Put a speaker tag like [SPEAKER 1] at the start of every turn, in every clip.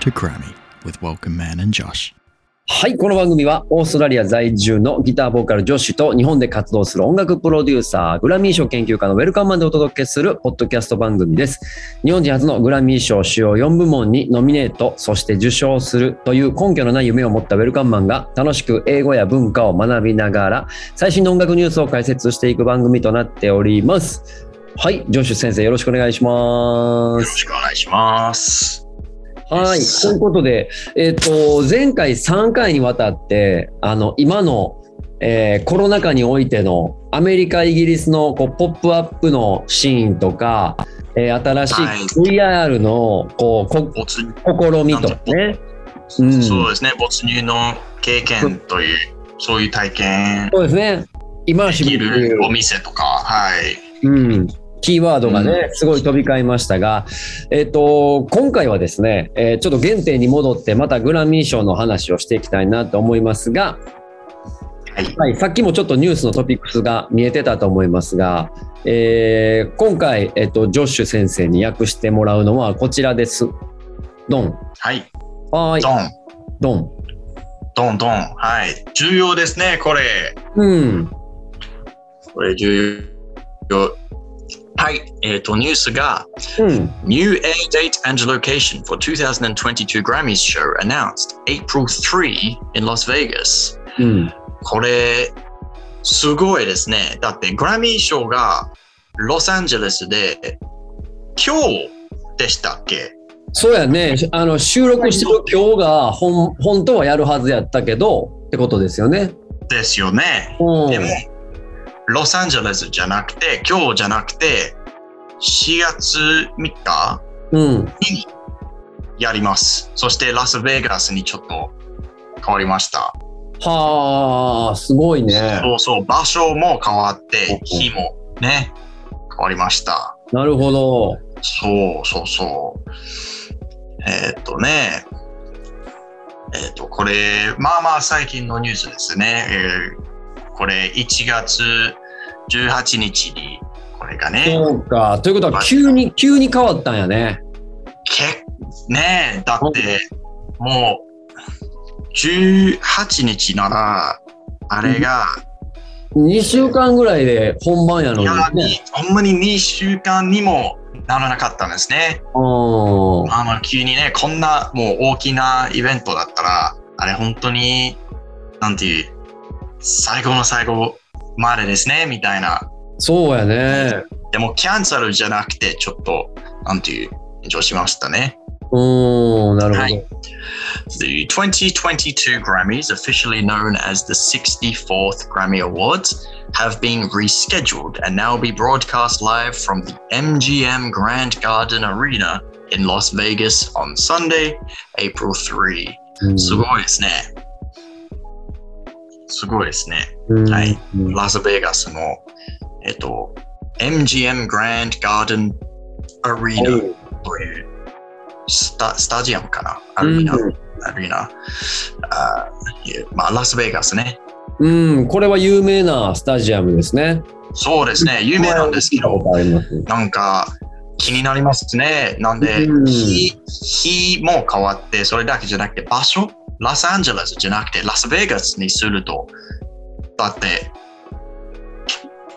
[SPEAKER 1] to Grammy with Welcome Man and Josh.
[SPEAKER 2] はい、この番組はオーストラリア在住のギターボーカルジョッシュと日本で活動する音楽プロデューサー、グラミー賞研究家のウェルカムマンでお届けするポッドキャスト番組です。日本人初のグラミー賞主要4部門にノミネート、そして受賞するという根拠のない夢を持ったウェルカムマンが楽しく英語や文化を学びながら最新の音楽ニュースを解説していく番組となっております。はい、ジョッシュ先生よろしくお願いしま
[SPEAKER 3] よ
[SPEAKER 2] す
[SPEAKER 3] ろ。しくお願いします。
[SPEAKER 2] はい。 ということで、えっ、と、前回3回にわたって、あの、今の、えーコロナ禍においてのアメリカ、イギリスのこうポップアップのシーンとか、えー新し
[SPEAKER 3] はい
[SPEAKER 2] い VR のこうこ
[SPEAKER 3] 没入
[SPEAKER 2] 試みとかね、うん
[SPEAKER 3] そうですね、没入の経験という、そういう体験
[SPEAKER 2] そうですね、イマー
[SPEAKER 3] で
[SPEAKER 2] シ
[SPEAKER 3] き
[SPEAKER 2] ブってい
[SPEAKER 3] る
[SPEAKER 2] う
[SPEAKER 3] お店とか、はい。
[SPEAKER 2] うん、キーワードがね、
[SPEAKER 3] うん
[SPEAKER 2] すごい飛び交いましたが、えっと、今回はですね、えーちょっと原点に戻って、またグラミー賞の話をしていきたいなと思いますが、
[SPEAKER 3] はい、
[SPEAKER 2] はい、さっきもちょっとニュースのトピックスが見えてたと思いますが、えー今回、えっと、ジョッシュ先生に訳してもらうのはこちらです。ドン。
[SPEAKER 3] はい、
[SPEAKER 2] はーい
[SPEAKER 3] ド、ン、
[SPEAKER 2] ドン。
[SPEAKER 3] ドン、ドン、はい。重要ですね、これ。
[SPEAKER 2] うん。
[SPEAKER 3] これ重要。はい、えっ、と、ニュースが、
[SPEAKER 2] うん。
[SPEAKER 3] New air date and location for 2022 Grammys show announced April 3 in Las Vegas.
[SPEAKER 2] うん。
[SPEAKER 3] これ、すごいですね。だって、グラミー賞がロサンゼルスで、今日でしたっけ
[SPEAKER 2] そうやね。あの、収録してる今日が本、本当はやるはずやったけど、ってことですよね。
[SPEAKER 3] ですよね。
[SPEAKER 2] うん
[SPEAKER 3] でも、ロサンゼルスじゃなくて、今日じゃなくて、4月3日
[SPEAKER 2] うん。
[SPEAKER 3] やります。そして、ラスベガスにちょっと変わりました。
[SPEAKER 2] はあ、すごいね。
[SPEAKER 3] そうそう、場所も変わって、
[SPEAKER 2] うん
[SPEAKER 3] 日もね、変わりました。
[SPEAKER 2] なるほど。
[SPEAKER 3] そうそうそう。えーっとね、えーっと、これ、まあまあ最近のニュースですね。えーこれ、1月18日に、これがね、
[SPEAKER 2] そうか。ということは、急に、急に変わったんやね。
[SPEAKER 3] けねえ、だって、もう、18日なら、あれが、
[SPEAKER 2] 2週間ぐらいで本番や
[SPEAKER 3] い
[SPEAKER 2] のに
[SPEAKER 3] や
[SPEAKER 2] ね。
[SPEAKER 3] にほんまに2週間にもならなかったんですね。
[SPEAKER 2] うん。
[SPEAKER 3] あの急にね、こんなもう大きなイベントだったら、あれ本当に、なんていう、最後の最後までですね、みたいな。
[SPEAKER 2] そうやね。
[SPEAKER 3] でもキャンセルじゃなくて、ちょっと、なんていう、緊張しましたね。
[SPEAKER 2] うーん、なるほど。
[SPEAKER 3] はい The 2022 Grammys, officially known as the 64th Grammy Awards, have been rescheduled and now be broadcast live from the MGM Grand Garden Arena in Las Vegas on Sunday, April 3.
[SPEAKER 2] うん
[SPEAKER 3] すごいですね。すごいですね。
[SPEAKER 2] うん
[SPEAKER 3] はい
[SPEAKER 2] うん
[SPEAKER 3] ラスベガスの、えっと、MGM Grand Garden Arena というスタスタジアムかなアリーナ、
[SPEAKER 2] うん
[SPEAKER 3] アリーナ。あーいえまあ、ラスベガスね。
[SPEAKER 2] うん、これは有名なスタジアムですね。
[SPEAKER 3] そうですね、有名なんですけ
[SPEAKER 2] 聞いた
[SPEAKER 3] ど、
[SPEAKER 2] ことあります。
[SPEAKER 3] なんか気になりますね。なんで
[SPEAKER 2] うん、
[SPEAKER 3] 日日も変わって、それだけじゃなくて場所、ラサンゼルスじゃなくてラスベガスにすると、だって、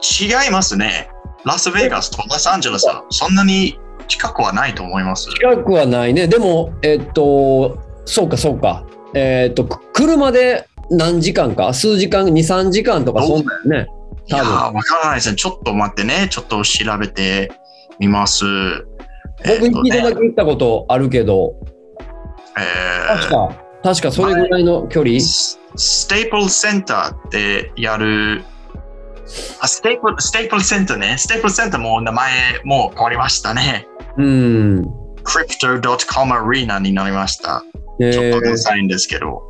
[SPEAKER 3] 違いますね。ラスベガスとラサンゼルスはそんなに近くはないと思います。
[SPEAKER 2] 近くはないね。でも、えっと、そうか、そうか。えっと、く車で何時間か、数時間、2、3時間とか、
[SPEAKER 3] そう
[SPEAKER 2] そんなんね。
[SPEAKER 3] いや
[SPEAKER 2] 多分
[SPEAKER 3] ー、わからないですね。ちょっと待ってね。ちょっと調べてみます。
[SPEAKER 2] 僕、
[SPEAKER 3] えー
[SPEAKER 2] 聞
[SPEAKER 3] と
[SPEAKER 2] いただ
[SPEAKER 3] ね
[SPEAKER 2] け行ったことあるけど、
[SPEAKER 3] えー
[SPEAKER 2] 確か、確かそれぐらいの距離。
[SPEAKER 3] スステープルセンターってやる、あステープル、ステープルセンターね。ステープルセンターも名前もう変わりましたね。
[SPEAKER 2] うん。
[SPEAKER 3] crypto.com arena になりました。
[SPEAKER 2] え
[SPEAKER 3] ちょっと
[SPEAKER 2] ー
[SPEAKER 3] ダサいんですけど。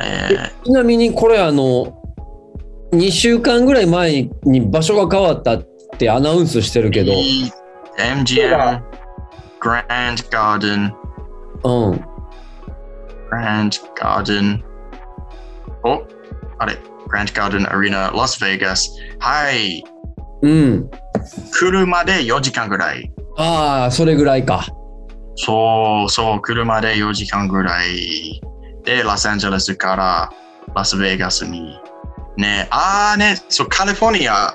[SPEAKER 3] え
[SPEAKER 2] ちなみにこれあの2週間ぐらい前に場所が変わったってアナウンスしてるけど、
[SPEAKER 3] ー、MGM Grand Garden
[SPEAKER 2] うん、
[SPEAKER 3] Grand Garden おあれ Grand Garden Arena Las Vegas はい
[SPEAKER 2] うん、
[SPEAKER 3] 車で4時間ぐらい
[SPEAKER 2] ああそれぐらいか、
[SPEAKER 3] そうそう、車で4時間ぐらいで、ロサンゼルスからラスベガスに。ね、ああね、そう、カリフォルニア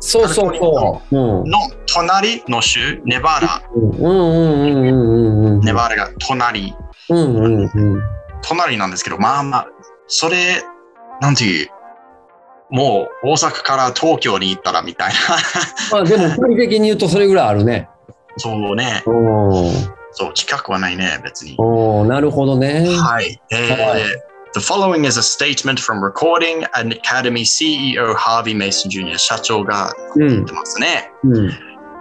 [SPEAKER 4] そうそうそ
[SPEAKER 2] うん。
[SPEAKER 3] の隣の州、ネバダ、
[SPEAKER 2] うんうんうんうんうん。
[SPEAKER 3] ネバダが隣、
[SPEAKER 2] うんうんうん。
[SPEAKER 3] 隣なんですけど、まあまあ、それ、なんていう、もう大阪から東京に行ったらみたいな。
[SPEAKER 2] まあでも、距離的に言うとそれぐらいあるね。
[SPEAKER 3] そうね、
[SPEAKER 2] お
[SPEAKER 3] そう、近くはないね、別に。
[SPEAKER 2] おなるほどね。
[SPEAKER 3] Hi. Uh, the following is a statement from Recording and Academy CEO Harvey Mason Jr. Hmm.
[SPEAKER 2] うん。
[SPEAKER 3] 社長が言ってますね。
[SPEAKER 2] うん。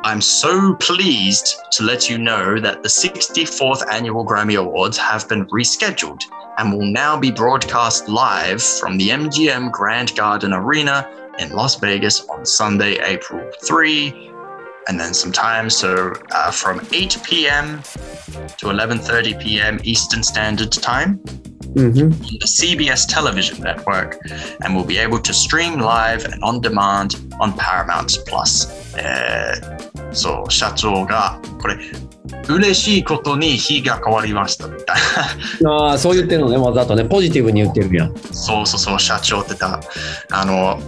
[SPEAKER 3] I'm so pleased to let you know that the 64th Annual Grammy Awards have been rescheduled and will now be broadcast live from the MGM Grand Garden Arena in Las Vegas on Sunday, April 3, and then sometime. So uh, from 8 p.m. to 11:30 p.m. Eastern Standard Time.
[SPEAKER 2] うんうん。
[SPEAKER 3] on the CBS television network and will be able to stream live and on demand on Paramount Plus. えー、そう、社長が、これ、嬉しいことに日が変わりましたみたい
[SPEAKER 2] ああ、そう言ってるのね、わざとね、ポジティブに言ってるやん。
[SPEAKER 3] な。そうそうそう、社長ってた。あの、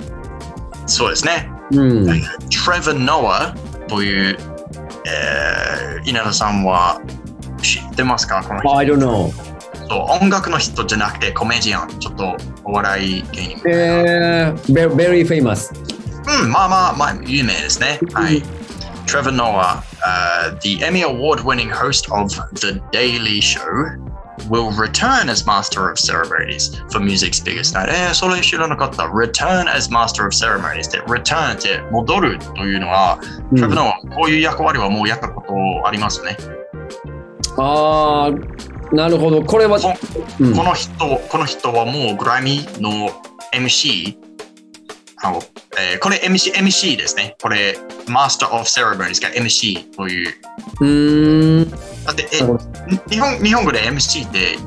[SPEAKER 3] そうですね。
[SPEAKER 2] うん。
[SPEAKER 3] Trevor Noah という、えー、稲田さんは知ってますかこの人
[SPEAKER 2] I don't know.
[SPEAKER 3] そう音楽の人じゃなくてコメディアン、ちょっとお笑い芸人みたいな。
[SPEAKER 2] えー、ベ very famous.
[SPEAKER 3] うん、まあまあ、まあ、有名ですね。はい。Trevor Noah,、uh, the Emmy award winning host of The Daily Show, will return as Master of Ceremonies for Music's Biggest Night. Eh, えー、それ知らなかった。Return as Master of Ceremonies で、Return って戻るというのは、
[SPEAKER 2] うん
[SPEAKER 3] ah, Trevor Noah、こういう役割はもうやったことありますね。
[SPEAKER 2] ああ、なるほど。これは、うん
[SPEAKER 3] この人、この人はもうグラミーの MC、あのえーこれ MC, MC ですね。これ、Master of Ceremonies が MC という。
[SPEAKER 2] うーん、
[SPEAKER 3] だって、え
[SPEAKER 2] なるほ
[SPEAKER 3] 日本日本語で MC って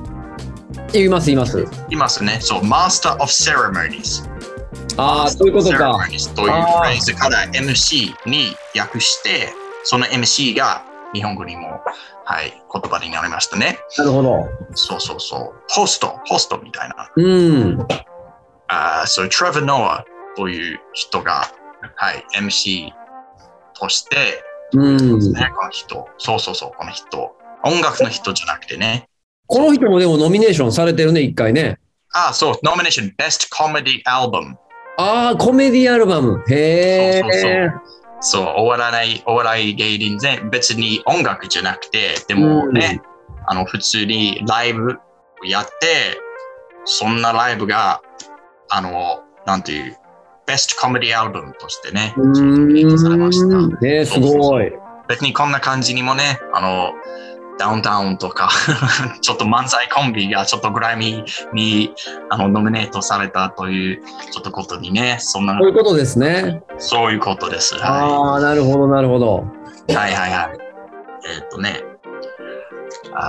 [SPEAKER 2] 言います、言います。
[SPEAKER 3] 言いますね。そう、Master of Ceremonies。
[SPEAKER 2] ああ、そういうことか。
[SPEAKER 3] Ceremonies というフレーズから MC に訳して、その MC が日本語にも、はい、言葉になりましたね。
[SPEAKER 2] なるほど。
[SPEAKER 3] そうそうそう。ホスト、ホストみたいな。
[SPEAKER 2] うん。
[SPEAKER 3] あー so Trevor Noah という人が、はい、MC として、
[SPEAKER 2] うん。
[SPEAKER 3] ね、この人、そうそうそう、この人、音楽の人じゃなくてね、
[SPEAKER 2] この人もでもノミネーションされてるね、一回ね。
[SPEAKER 3] あーそう、ノミネーション、Best Comedy Album、
[SPEAKER 2] ああ、コメディアルバム。へえ。
[SPEAKER 3] そうそうそうそう、お笑い、お笑い芸人で、別に音楽じゃなくて、でもね、あの、普通にライブやって、そんなライブが、あの、なんていう、Best Comedy Album としてね、
[SPEAKER 2] う
[SPEAKER 3] リリースされました
[SPEAKER 2] ーん。ねすごい。
[SPEAKER 3] 別にこんな感じにもね、あの、ダウンタウンとか、 ちょっと漫才コンビがちょっとグラミーにあのノミネートされたというちょっとことにね、そんな
[SPEAKER 2] そう、いうことですね。
[SPEAKER 3] そういうことです。は
[SPEAKER 2] ああ、なるほど、なるほど。
[SPEAKER 3] い、はい、はいはい。えーっとね。Uh,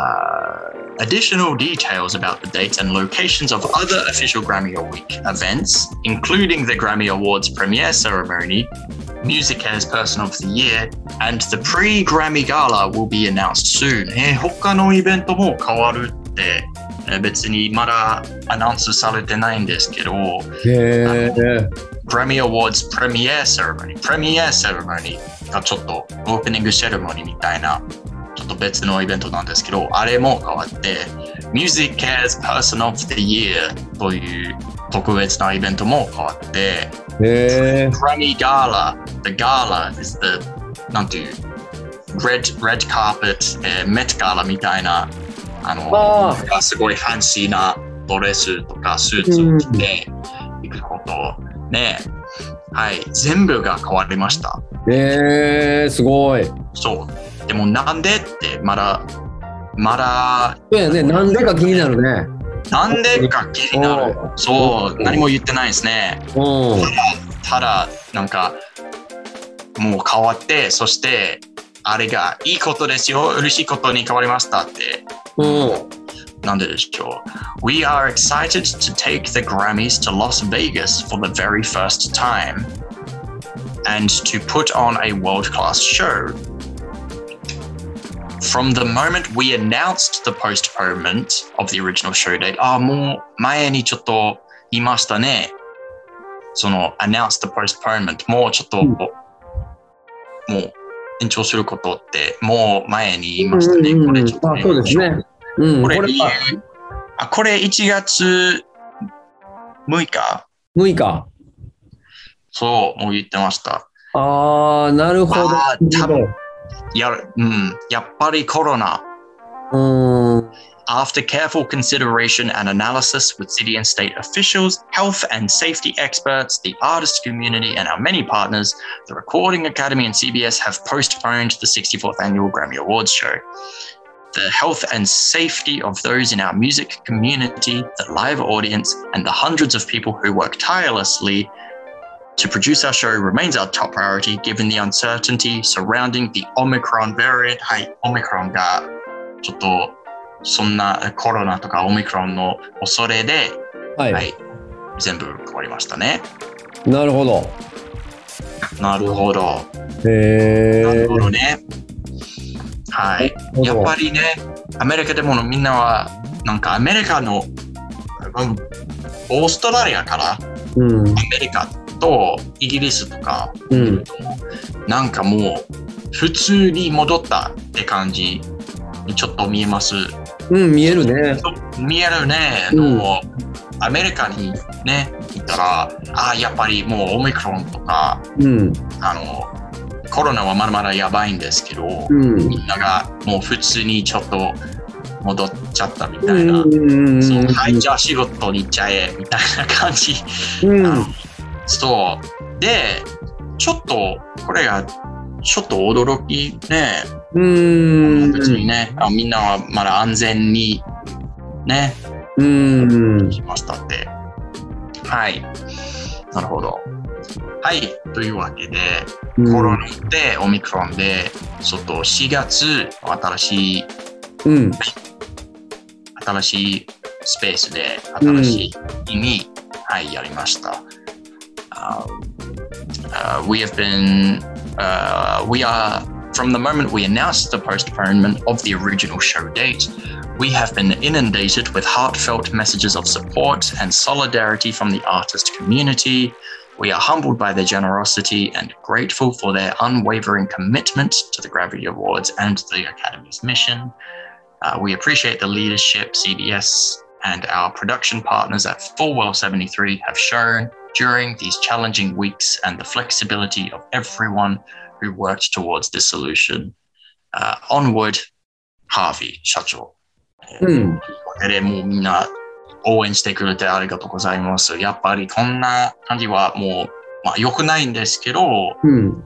[SPEAKER 3] additional details about the dates and locations of other official Grammy Week events, including the Grammy Awards premiere ceremony, Music Cares Person of the Year, and the pre Grammy Gala will be announced soon. Eh, えー他のイベントも変わるって、えー別にまだアナウンスされてないんですけど、
[SPEAKER 2] へえ。
[SPEAKER 3] Grammy Awards Premiere Ceremony。Premiere Ceremony がちょっとオープニングセレモニーみたいな、ちょっと別のイベントなんですけど、あれも変わって、Music Cares Person of the Year という特別なイベントも変わって、
[SPEAKER 2] へえ。
[SPEAKER 3] Grammy Gala、The Gala is the, なんていう、Red, Red Carpet、えー、Met Gala みたいな、あの、
[SPEAKER 2] あ
[SPEAKER 3] なんかすごいファンシーなドレスとかスーツを着ていくこと、ねはい全部が変わりました
[SPEAKER 2] あ。へえ、すごい。
[SPEAKER 3] そうでもなんでってまだまだ
[SPEAKER 2] そうやね、なんでか気になるね。
[SPEAKER 3] なんでか気になるそう何も言ってないですね
[SPEAKER 2] うん。
[SPEAKER 3] ただなんかもう変わってそしてあれがいいことですよ嬉しいことに変わりましたって
[SPEAKER 2] うん。
[SPEAKER 3] なんででしょう。We are excited to take the Grammys to Las Vegas for the very first time and to put on a world class show. From the moment we announced the postponement of the original show date, "Ah, ああ、もう前にちょっといましたね。その、announced the postponement、もうちょっと、
[SPEAKER 2] うん
[SPEAKER 3] もう延長することって、もう前に言いました
[SPEAKER 2] Hmm.
[SPEAKER 3] ね。これちょっと、
[SPEAKER 2] あそうですね。うん、
[SPEAKER 3] こ
[SPEAKER 2] これ
[SPEAKER 3] れ
[SPEAKER 2] は
[SPEAKER 3] 理由あ、これ1月6日
[SPEAKER 2] 6日。
[SPEAKER 3] そう、もう言ってました。
[SPEAKER 2] ああ、なるほど。
[SPEAKER 3] あー多分やる、うん、やっぱりコロナ。
[SPEAKER 2] うーん。
[SPEAKER 3] After careful consideration and analysis with city and state officials, health and safety experts, the artist community, and our many partners, the Recording Academy and CBS have postponed the 64th Annual Grammy Awards show. The health and safety of those in our music community, the live audience, and the hundreds of people who work tirelessly to produce our show remains our top priority given the uncertainty surrounding the Omicron variant. はい、Omicron がちょっとそんなコロナとかオミクロンの恐れで、
[SPEAKER 2] はい、
[SPEAKER 3] はい、全部変わりましたね。
[SPEAKER 2] なるほど。
[SPEAKER 3] なるほど。
[SPEAKER 2] へえ。
[SPEAKER 3] なるほどね。はい。やっぱりね、アメリカでもみんなは、なんかアメリカの、うんオーストラリアからア
[SPEAKER 2] うん。
[SPEAKER 3] メリカとイギリスとか、
[SPEAKER 2] うん。
[SPEAKER 3] なんかもう普通に戻ったって感じにちょっと見えます。
[SPEAKER 2] うん、見えるね。
[SPEAKER 3] 見えるね、
[SPEAKER 2] うん
[SPEAKER 3] もうアメリカにね行ったらあーやっぱりもうオミクロンとか
[SPEAKER 2] うん。
[SPEAKER 3] あのコロナはまだまだやばいんですけど、
[SPEAKER 2] うん。
[SPEAKER 3] みんながもう普通にちょっと戻っちゃったみ
[SPEAKER 2] う
[SPEAKER 3] たい
[SPEAKER 2] ん
[SPEAKER 3] な、
[SPEAKER 2] うんうん
[SPEAKER 3] そうはいじゃあ仕事に行っちゃえみたいな感じ、
[SPEAKER 2] うん
[SPEAKER 3] あのそうでちょっとこれがちょっと驚きね
[SPEAKER 2] うん
[SPEAKER 3] 別にねあみんなはまだ安全にね
[SPEAKER 2] うん
[SPEAKER 3] しましたって。はい。なるほど。はい。というわけで、
[SPEAKER 2] うん
[SPEAKER 3] コロナでオミクロンで、ちょっと4月、新しい、
[SPEAKER 2] うん
[SPEAKER 3] 新しいスペースで、新しい日に、はい、やりました。Uh, uh, we have been, uh, we are, from the moment we announced the postponement of the original show date, we have been inundated with heartfelt messages of support and solidarity from the artist community. We are humbled by their generosity and grateful for their unwavering commitment to the Gravity Awards and the Academy's mission. Uh, we appreciate the leadership CBS and our production partners at Full Well 73 have shown during these challenging weeks and the flexibility of everyone who worked towards this solution. Uh, onward, Harvey 社長。
[SPEAKER 2] うん
[SPEAKER 3] で、もうみんな応援してくれてありがとうございます。やっぱりこんな感じはもう、まあ良くないんですけど、も
[SPEAKER 2] うん
[SPEAKER 3] う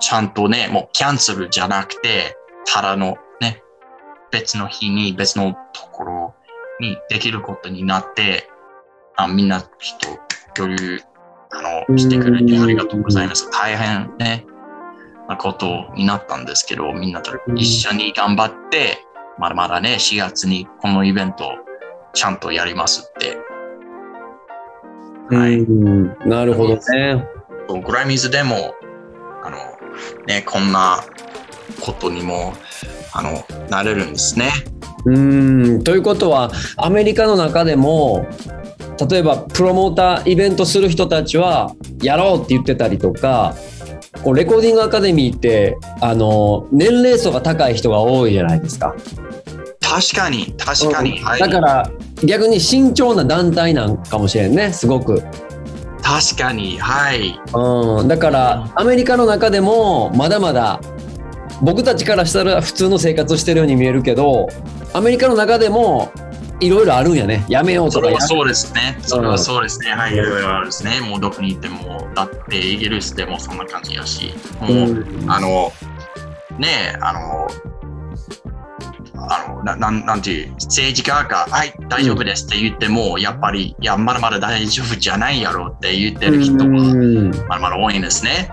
[SPEAKER 3] ちゃんとね、もうキャンセルじゃなくて、ただのね、別の日に別のところにできることになって、あみんなちょっと余裕あのしてくれてありがとうございます。大変ね、なことになったんですけど、みんなと一緒に頑張って、まだまだね、4月にこのイベントちゃんとやりますって。はい
[SPEAKER 2] うんなるほどね
[SPEAKER 3] そうグラミーズでも、あの、ね、こんなことにも、あの、なれるんですね。
[SPEAKER 2] うんということはアメリカの中でも例えばプロモーターイベントする人たちはやろうって言ってたりとかこうレコーディングアカデミーってあの年齢層が高い人が多いじゃないですか。
[SPEAKER 3] 確かに、確かに。
[SPEAKER 2] うん
[SPEAKER 3] はい
[SPEAKER 2] だから逆に慎重な団体なんかもしれんねすごく、
[SPEAKER 3] 確かに、はい。
[SPEAKER 2] うん、だからアメリカの中でもまだまだ僕たちからしたら普通の生活をしてるように見えるけどアメリカの中でもいろいろあるんやねやめよう
[SPEAKER 3] そ
[SPEAKER 2] とか
[SPEAKER 3] れ
[SPEAKER 2] や
[SPEAKER 3] はそうですね。それはそうですね。はい、いろいろあるですね。もうどこに行っても、だってイギリスでもそんな感じやし、もう、
[SPEAKER 2] うん
[SPEAKER 3] あの、ねえ、あの、あのななんなんていう、政治家が、はい、大丈夫ですって言っても、やっぱり、いや、まだまだ大丈夫じゃないやろって言ってる人は、
[SPEAKER 2] うん
[SPEAKER 3] まだまだ多いんですね。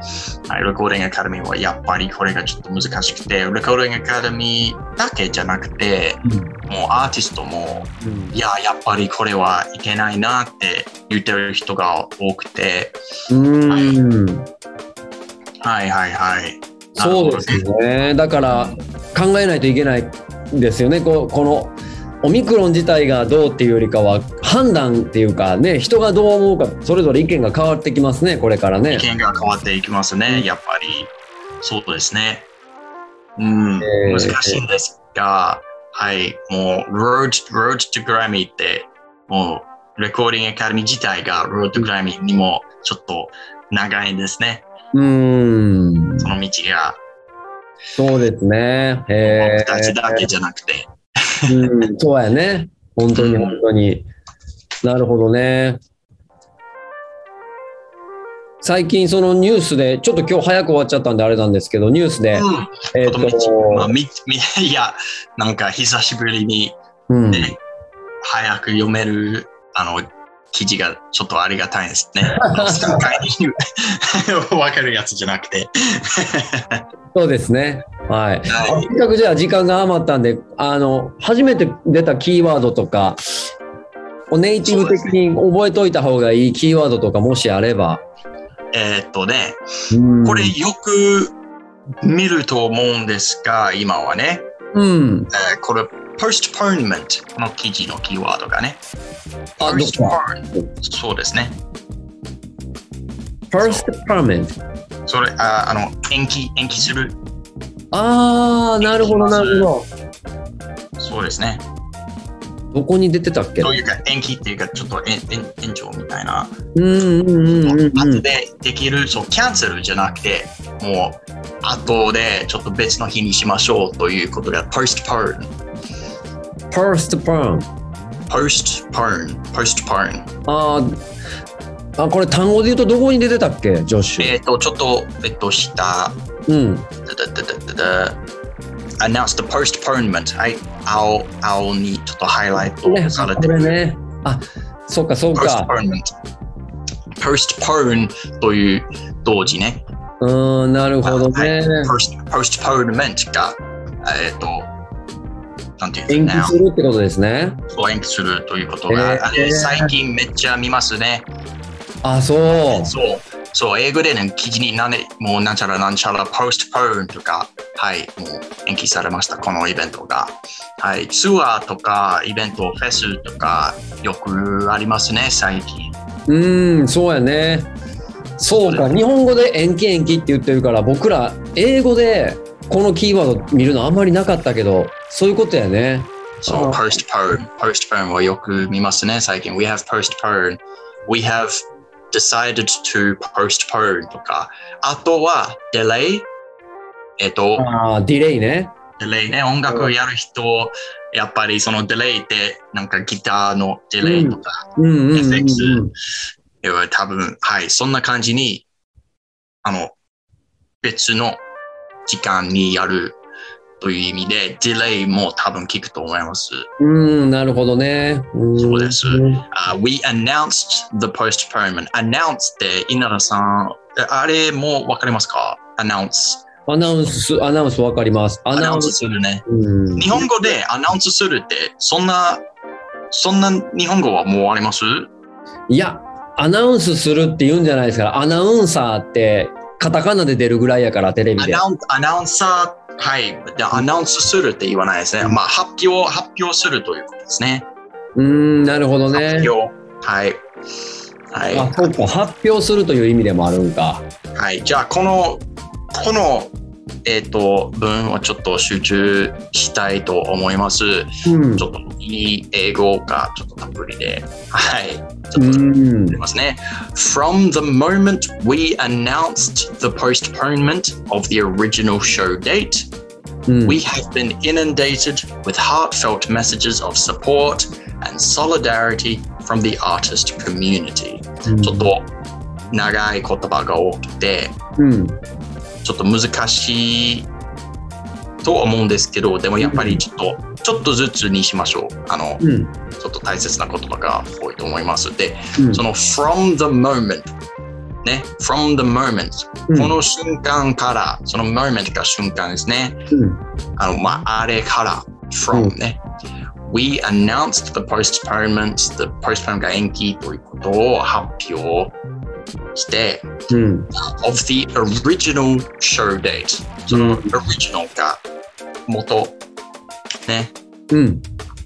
[SPEAKER 3] はい、レコーディングアカデミーは、やっぱりこれがちょっと難しくて、レコーディングアカデミーだけじゃなくて、もうアーティストも、いや、やっぱりこれはいけないなって言ってる人が多くて、
[SPEAKER 2] うんうん
[SPEAKER 3] はいはいはい。
[SPEAKER 2] そうですね。だから考えないといけないですよね。こうこのオミクロン自体がどうっていうよりかは判断っていうかね、人がどう思うかそれぞれ意見が変わってきますね。これからね
[SPEAKER 3] 意。見が変わっていきますね、やっぱり。そうですね。うん、
[SPEAKER 2] えー
[SPEAKER 3] 難しいんですが、はい、もう、Road, Road to Grammy って、もう、レコーディングアカデミー自体が Road to Grammy にもちょっと長いんですね、
[SPEAKER 2] うーん。
[SPEAKER 3] その道が。
[SPEAKER 2] そうですね。へ
[SPEAKER 3] 僕たちだけじゃなくて。
[SPEAKER 2] え。うんそうやね。本当に本当に。なるほどね。最近そのニュースで、ちょっと今日早く終わっちゃったんであれなんですけど、ニュースで、
[SPEAKER 3] うん、
[SPEAKER 2] えっ、
[SPEAKER 3] ちょっとまあ、
[SPEAKER 2] と、
[SPEAKER 3] みみ いや、なんか久しぶりに
[SPEAKER 2] うん、
[SPEAKER 3] ね早く読める、あの、記事がちょっとありがたいですね。 あの3回にわかるやつじゃなくて。
[SPEAKER 2] そうですね。は
[SPEAKER 3] は
[SPEAKER 2] い。
[SPEAKER 3] い
[SPEAKER 2] せっかくじゃあ時間が余ったんで、あの、初めて出たキーワードとか、こうネイティブ的に覚えといた方がいいキーワードとかもしあれば。
[SPEAKER 3] えーっとね、
[SPEAKER 2] うん
[SPEAKER 3] これよく見ると思うんですが、今はね、
[SPEAKER 2] うん。
[SPEAKER 3] えーこれ、postponement この記事のキーワードがね。
[SPEAKER 2] あ、どっか。
[SPEAKER 3] postpone そうですね。
[SPEAKER 2] first permit。
[SPEAKER 3] それ、ああの、延期、延期する。
[SPEAKER 2] あー、なるほど、なるほ
[SPEAKER 3] そうですね。
[SPEAKER 2] ど。どこに出てたっけ
[SPEAKER 3] というか、延期っていうか、ちょっと延延延長みたいな。
[SPEAKER 2] うんうんうんうんう
[SPEAKER 3] 後
[SPEAKER 2] ん。
[SPEAKER 3] でできる、そう、キャンセルじゃなくて、もう、後でちょっと別の日にしましょうということが、postpone。
[SPEAKER 2] first perm。
[SPEAKER 3] postpone。postpone。
[SPEAKER 2] あー、あ、これ単語で言うとどこに出てたっけ、ジョッシュ。
[SPEAKER 3] えっ、と、ちょっと、えっと、下。
[SPEAKER 2] うん。
[SPEAKER 3] だだだだだだ Announce the postponement。はい。青、青にちょっとハイライト
[SPEAKER 2] ね、
[SPEAKER 3] され
[SPEAKER 2] こ
[SPEAKER 3] てる。
[SPEAKER 2] れね。あ、そうか、そうか。
[SPEAKER 3] postponement。postpone という同時ね。
[SPEAKER 2] うーん、なるほどね。
[SPEAKER 3] post, postponement が、えっ、と、なんていうん
[SPEAKER 2] 延
[SPEAKER 3] で
[SPEAKER 2] 期
[SPEAKER 3] すか
[SPEAKER 2] するってことですね。
[SPEAKER 3] ね。延期するということが、
[SPEAKER 2] えー
[SPEAKER 3] あれ最近めっちゃ見ますね。
[SPEAKER 2] あ、そう。
[SPEAKER 3] そう、そう、英語でね、記事になんで、もうなんちゃらなんちゃら、postpone とか、はい、もう延期されました、このイベントが。はい、ツアーとか、イベント、フェスとか、よくありますね、最近。
[SPEAKER 2] うーん、そうやね。そ
[SPEAKER 3] そ
[SPEAKER 2] う
[SPEAKER 3] う
[SPEAKER 2] か、
[SPEAKER 3] だ
[SPEAKER 2] 日本語で延期延期って言ってるから、僕ら英語でこのキーワード見るのあんまりなかったけど、そういうことやね。
[SPEAKER 3] そう、
[SPEAKER 2] あ
[SPEAKER 3] postpone、postpone はよく見ますね、最近。We have postpone, we have decided to postpone とか、あとは、delay。えっと、
[SPEAKER 2] ああ、ディレイね。
[SPEAKER 3] デレイね、音楽をやる人、やっぱりそのデレイって、なんかギターのデレイとか、
[SPEAKER 2] うんうんうん、う
[SPEAKER 3] FX
[SPEAKER 2] ん。
[SPEAKER 3] いや多分、はい、そんな感じに、あの、別の時間にやるという意味で、デレイも多分聞くと思います。
[SPEAKER 2] うん、なるほどね。ん
[SPEAKER 3] そうですあ we announced the postponement. Announce って、稲田さん、えあれもわかりますか ?announce。
[SPEAKER 2] アナウンス、アナウンスわかります。ア
[SPEAKER 3] アナ
[SPEAKER 2] ナ
[SPEAKER 3] ウ
[SPEAKER 2] ウ
[SPEAKER 3] ン
[SPEAKER 2] ン
[SPEAKER 3] ス
[SPEAKER 2] ス。
[SPEAKER 3] するね。
[SPEAKER 2] うん
[SPEAKER 3] 日本語でアナウンスするって、そんな、そんな日本語はもうあります
[SPEAKER 2] いや、アナウンスするって言うんじゃないですから、アナウンサーってカタカナで出るぐらいやから、テレビ
[SPEAKER 3] ア
[SPEAKER 2] で。
[SPEAKER 3] ナウンアナウンサー、はい、でアナウンスするって言わないですね。まあ、発表、発表するということですね。
[SPEAKER 2] うん、なるほどね。
[SPEAKER 3] 発表。はい。はい。
[SPEAKER 2] あ、そうか、発表するという意味でもあるんか。
[SPEAKER 3] はい、じゃあこのこの、えー、と文をちょっと集中したいと思います。
[SPEAKER 2] うん
[SPEAKER 3] ちょっといい英語がちょっとたっぷりで。はい。ちょっと言
[SPEAKER 2] うん
[SPEAKER 3] いますね。From the moment we announced the postponement of the original show date,
[SPEAKER 2] うん
[SPEAKER 3] we have been inundated with heartfelt messages of support and solidarity from the artist community.
[SPEAKER 2] Hmm.
[SPEAKER 3] ちょっと長い言葉が多くて、
[SPEAKER 2] うん
[SPEAKER 3] ちょっと難しいとは思うんですけど、でもやっぱりちょっと、ちょっとずつにしましょう。あの、
[SPEAKER 2] うん
[SPEAKER 3] ちょっと大切な言葉が多いと思います。で、
[SPEAKER 2] うん
[SPEAKER 3] その from the moment。ね、from the moment、
[SPEAKER 2] うん
[SPEAKER 3] この瞬間から、その moment が瞬間ですね。
[SPEAKER 2] うん
[SPEAKER 3] あの、まあ、あれから、
[SPEAKER 2] う
[SPEAKER 3] from
[SPEAKER 2] ん
[SPEAKER 3] ね。We announced the postponement, the postponement が延期ということを発表 was there
[SPEAKER 2] うん。
[SPEAKER 3] of the original show date. その original が元、ね、
[SPEAKER 2] うん。
[SPEAKER 3] 一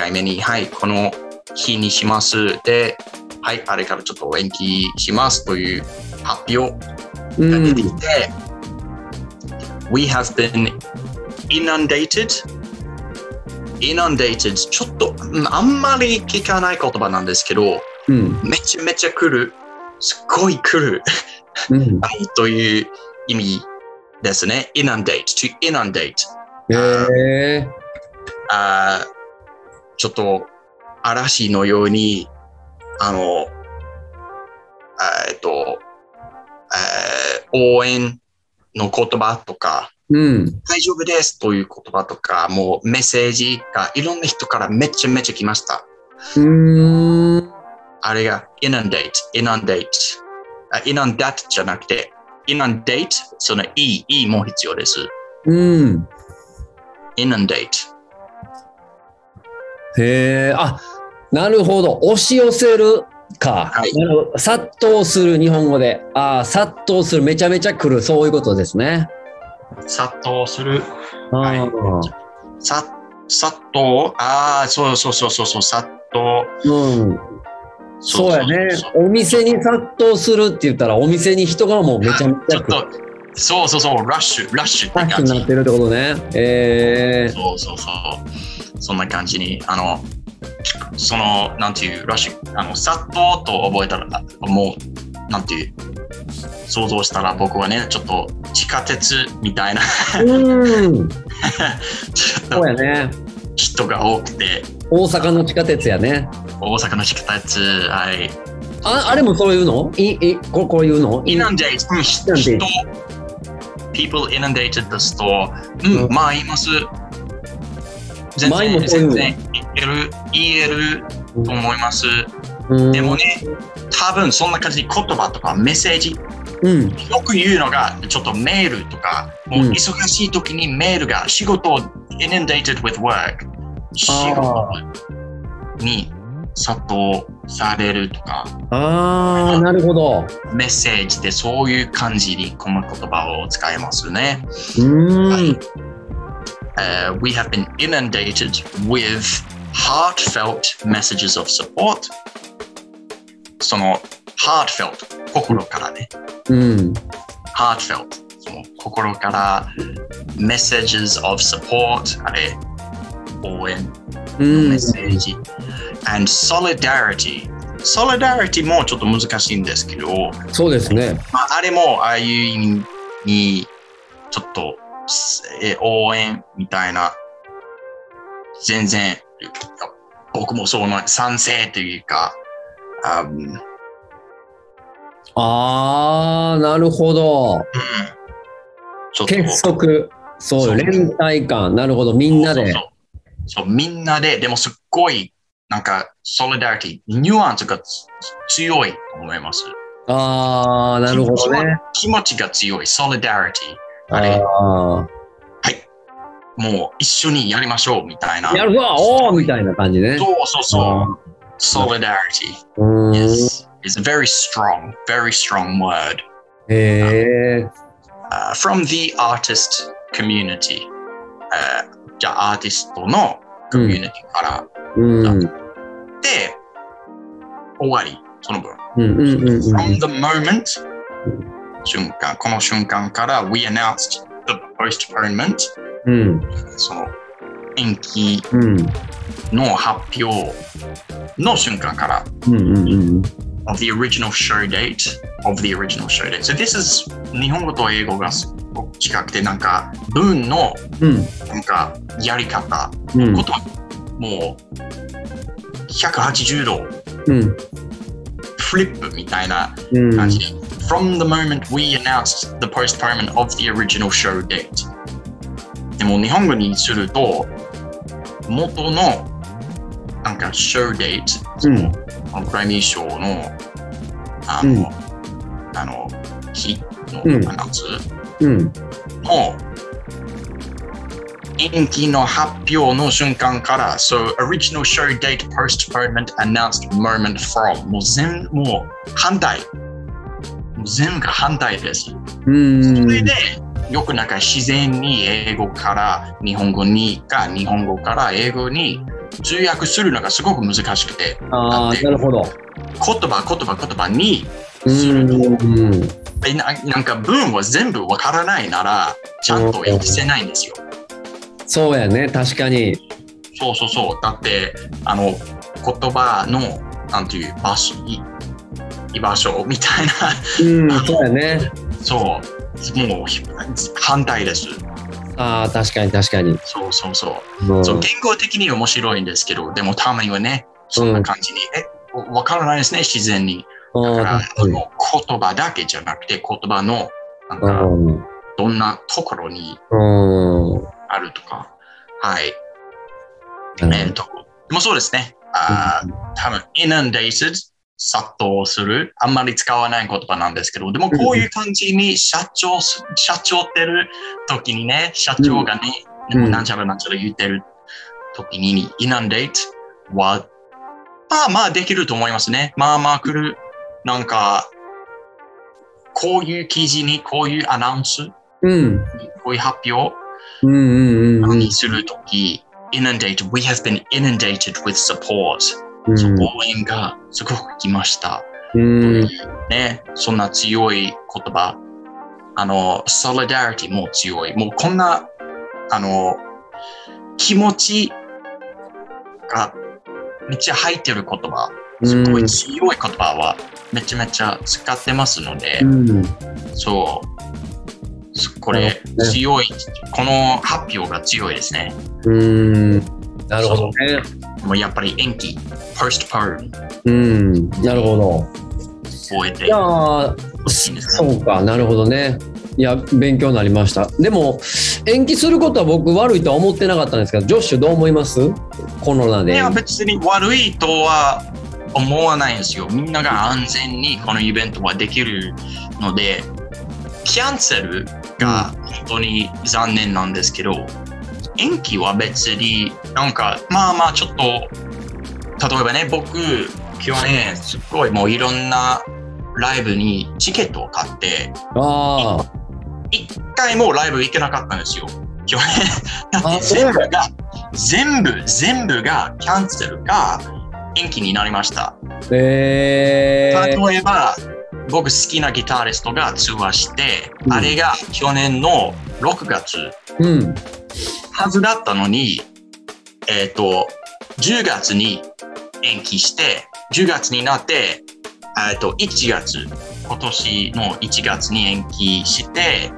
[SPEAKER 3] 回目に、はい、この日にします。で、はい、あれからちょっと延期しますという発表
[SPEAKER 2] う
[SPEAKER 3] が出て
[SPEAKER 2] ん
[SPEAKER 3] き。て、We have been inundated. inundated ちょっとうんあんまり聞かない言葉なんですけど、
[SPEAKER 2] うん。
[SPEAKER 3] めちゃめちゃ来る、すっごい来る。
[SPEAKER 2] うん。
[SPEAKER 3] はい、という意味ですね。inundate, to inundate.
[SPEAKER 2] へえ。
[SPEAKER 3] あーちょっと嵐のように、あの、あーえっと、えー応援の言葉とか、
[SPEAKER 2] うん。
[SPEAKER 3] 大丈夫ですという言葉とか、もうメッセージがいろんな人からめちゃめちゃ来ました。
[SPEAKER 2] うーん。
[SPEAKER 3] あれが inundate, inundate. あ inundate じゃなくて、inundate、その e、e も必要です。
[SPEAKER 2] うん。
[SPEAKER 3] inundate。
[SPEAKER 2] へえ。あ、なるほど。押し寄せるか。
[SPEAKER 3] はい
[SPEAKER 2] なるほど。殺到する日本語で。ああ、殺到する。めちゃめちゃ来る。そういうことですね。
[SPEAKER 3] 殺到する。
[SPEAKER 2] はい
[SPEAKER 3] さ、殺到ああ、そうそうそうそうそう、殺到。
[SPEAKER 2] うん。そうやね。お店に殺到するって言ったら、お店に人がもうめちゃめち
[SPEAKER 3] ちょ
[SPEAKER 2] ゃ
[SPEAKER 3] っ
[SPEAKER 2] 来る。
[SPEAKER 3] と、そうそうそう、ラッシュ、ラッシュっ
[SPEAKER 2] パ
[SPEAKER 3] て
[SPEAKER 2] ック
[SPEAKER 3] 感
[SPEAKER 2] に
[SPEAKER 3] じ。
[SPEAKER 2] なってるってことね。え
[SPEAKER 3] そうそうそう。そんな感じに、あの、その、なんていう、ラッシュ、あの、殺到と覚えたら、もう、なんていう、想像したら僕はね、ちょっと地下鉄みたいな、
[SPEAKER 2] ー。うん。
[SPEAKER 3] ちょっ
[SPEAKER 2] そう
[SPEAKER 3] と
[SPEAKER 2] やね。
[SPEAKER 3] 人が多くて、
[SPEAKER 2] 大阪の地下鉄やね。
[SPEAKER 3] 大阪の地下鉄、はい、
[SPEAKER 2] ああれもそういうのいいここういうの
[SPEAKER 3] inundate、うん、
[SPEAKER 2] Inundate
[SPEAKER 3] 人 people inundated the store うん、
[SPEAKER 2] うん
[SPEAKER 3] まあ言います全
[SPEAKER 2] 前も
[SPEAKER 3] 然
[SPEAKER 2] そうい
[SPEAKER 3] 全
[SPEAKER 2] うの
[SPEAKER 3] 然言える言えると思います、
[SPEAKER 2] うん
[SPEAKER 3] でもね多分そんな感じに言葉とかメッセージよ
[SPEAKER 2] うん。
[SPEAKER 3] く言うのがちょっとメールとかもう
[SPEAKER 2] うん
[SPEAKER 3] 忙しい時にメールが仕事を inundated with work 仕事に殺到されるとか
[SPEAKER 2] ああ、なるほど。
[SPEAKER 3] メッセージでそういう感じにこの言葉を使いますね。
[SPEAKER 2] うん。
[SPEAKER 3] Uh, we have been inundated with heartfelt messages of support. その heartfelt 心からね、
[SPEAKER 2] うん。
[SPEAKER 3] heartfelt その心から messages of support あれ応援
[SPEAKER 2] う
[SPEAKER 3] のメ
[SPEAKER 2] ん
[SPEAKER 3] ッ。セージ、and solidarity solidarity もちょっと難しいんですけど、
[SPEAKER 2] そうですね。
[SPEAKER 3] まあ、あれもああいう意味にちょっとすえ応援みたいな全然僕もそうな賛成というかあうん
[SPEAKER 2] ああ、なるほど。
[SPEAKER 3] ちょっと
[SPEAKER 2] 結束。そう
[SPEAKER 3] そう
[SPEAKER 2] 連帯感。なるほど。みんな
[SPEAKER 3] そう
[SPEAKER 2] で
[SPEAKER 3] そ。うそうみんなででもすっごいなんかソリダリティニュアンスがつ強いと思います
[SPEAKER 2] ああ、なるほどね。
[SPEAKER 3] 気持ちが強いソリダリティあれ
[SPEAKER 2] あ
[SPEAKER 3] もう一緒にやりましょうみたいな
[SPEAKER 2] あ。やるぞおーみたいな感じね。
[SPEAKER 3] そうそうそうソリダリティ
[SPEAKER 2] うーん。
[SPEAKER 3] is is a very strong, very strong word
[SPEAKER 2] へえ。
[SPEAKER 3] uh, from the artist community. Uh, じゃあアーティストのコミュニティから、
[SPEAKER 2] うん。うん
[SPEAKER 3] で終わりその分、
[SPEAKER 2] うんうんうん。
[SPEAKER 3] from the moment 瞬間この瞬間から we announced the postponement
[SPEAKER 2] うん。
[SPEAKER 3] その延期
[SPEAKER 2] うん。
[SPEAKER 3] の発表の瞬間から
[SPEAKER 2] うんうんうん。
[SPEAKER 3] of the original show date of the original show date. So this is 日本語と英語がすごく近くてなんか文の
[SPEAKER 2] うん。
[SPEAKER 3] なんかやり方、
[SPEAKER 2] うん
[SPEAKER 3] こともう180度
[SPEAKER 2] うん。
[SPEAKER 3] フリップみたいな
[SPEAKER 2] うん。
[SPEAKER 3] 感じで、from the moment we announced the postponement of the original show date でも日本語にすると元のなんか show date
[SPEAKER 2] うん。
[SPEAKER 3] このグラミー賞のあの、
[SPEAKER 2] うん
[SPEAKER 3] あの日の
[SPEAKER 2] うん
[SPEAKER 3] アナウンス
[SPEAKER 2] うん。
[SPEAKER 3] の延期の発表の瞬間から、so original show date postponement announced moment from もう全もう反対もう全部反対です。
[SPEAKER 2] う
[SPEAKER 3] そ
[SPEAKER 2] ん
[SPEAKER 3] れで、よくなんか自然に英語から日本語にか、日本語から英語に通訳するのがすごく難しくて、言
[SPEAKER 2] ああなるほど
[SPEAKER 3] 葉、言葉、言葉に
[SPEAKER 2] うん
[SPEAKER 3] えななんか文は全部わからないなら、ちゃんと訳せないんですよ。
[SPEAKER 2] そうやね確かに
[SPEAKER 3] そうそうそう。だって、あの、言葉の、なんていう、場所、い居場所みたいな、
[SPEAKER 2] うんそうやね
[SPEAKER 3] そう、もうひ反対です。
[SPEAKER 2] ああ確かに確かに、
[SPEAKER 3] そうそうそう。
[SPEAKER 2] うん
[SPEAKER 3] そう言語的に面白いんですけど、でもたまにはね、そんな感じに、え、わからないですね、自然に。
[SPEAKER 2] うん
[SPEAKER 3] だから、
[SPEAKER 2] 確かに
[SPEAKER 3] もう言葉だけじゃなくて、言葉の、なん
[SPEAKER 2] う
[SPEAKER 3] か、
[SPEAKER 2] ん
[SPEAKER 3] どんなところに
[SPEAKER 2] うん
[SPEAKER 3] あるとか、はい。え
[SPEAKER 2] ね
[SPEAKER 3] ー、とでもそうですね。あー多分 inundated 殺到する。あんまり使わない言葉なんですけど、でもこういう感じに社長す、社長ってる時にね、社長がね、
[SPEAKER 2] うん
[SPEAKER 3] でもなんちゃらなんちゃら言ってる時に inundate は、まあまあできると思いますね。まあまあ来る。なんか、こういう記事に、こういうアナウンス、
[SPEAKER 2] うん
[SPEAKER 3] こういう発表、
[SPEAKER 2] うんうんうんうん
[SPEAKER 3] するとき、inundated, we have been inundated with support.
[SPEAKER 2] う
[SPEAKER 3] そうん応援がすごく来ました。
[SPEAKER 2] うん
[SPEAKER 3] ね、そんな強い言葉。あの、solidarity も強い。もうこんな、あの、気持ちがめっちゃ入ってる言葉、すごい強い言葉はめちゃめちゃ使ってますので、
[SPEAKER 2] うん
[SPEAKER 3] そう。すこ
[SPEAKER 2] な
[SPEAKER 3] れ
[SPEAKER 2] るほど、ね
[SPEAKER 3] 強い、この発表が強いですね。
[SPEAKER 2] うんなるほどね
[SPEAKER 3] もうやっぱり延期、postpone
[SPEAKER 2] うんなるほど
[SPEAKER 3] 覚えて
[SPEAKER 2] いやー
[SPEAKER 3] ほしいんですか
[SPEAKER 2] そうかなるほどねいや勉強になりましたでも延期することは僕悪いとは思ってなかったんですけどジョッシュどう思いますコロナ
[SPEAKER 3] い
[SPEAKER 2] で
[SPEAKER 3] や別に悪いとは思わないんですよ。みんなが安全にこのイベントはできるので、キャンセルが本当に残念なんですけど、延期は別になんか、まあまあちょっと、例えばね、僕、去年すっごいもういろんなライブにチケットを買って、
[SPEAKER 2] ああ
[SPEAKER 3] 一回もライブ行けなかったんですよ。去年。だって全部が、全部、全部がキャンセルが延期になりました。
[SPEAKER 2] え
[SPEAKER 3] 例
[SPEAKER 2] ー、
[SPEAKER 3] えば、僕好きなギタリストが通話して、
[SPEAKER 2] うん
[SPEAKER 3] あれが去年の6月
[SPEAKER 2] うん
[SPEAKER 3] はずだったのに、えっ、と、10月に延期して、10月になって、えっ、と、1月、今年の1月に延期して、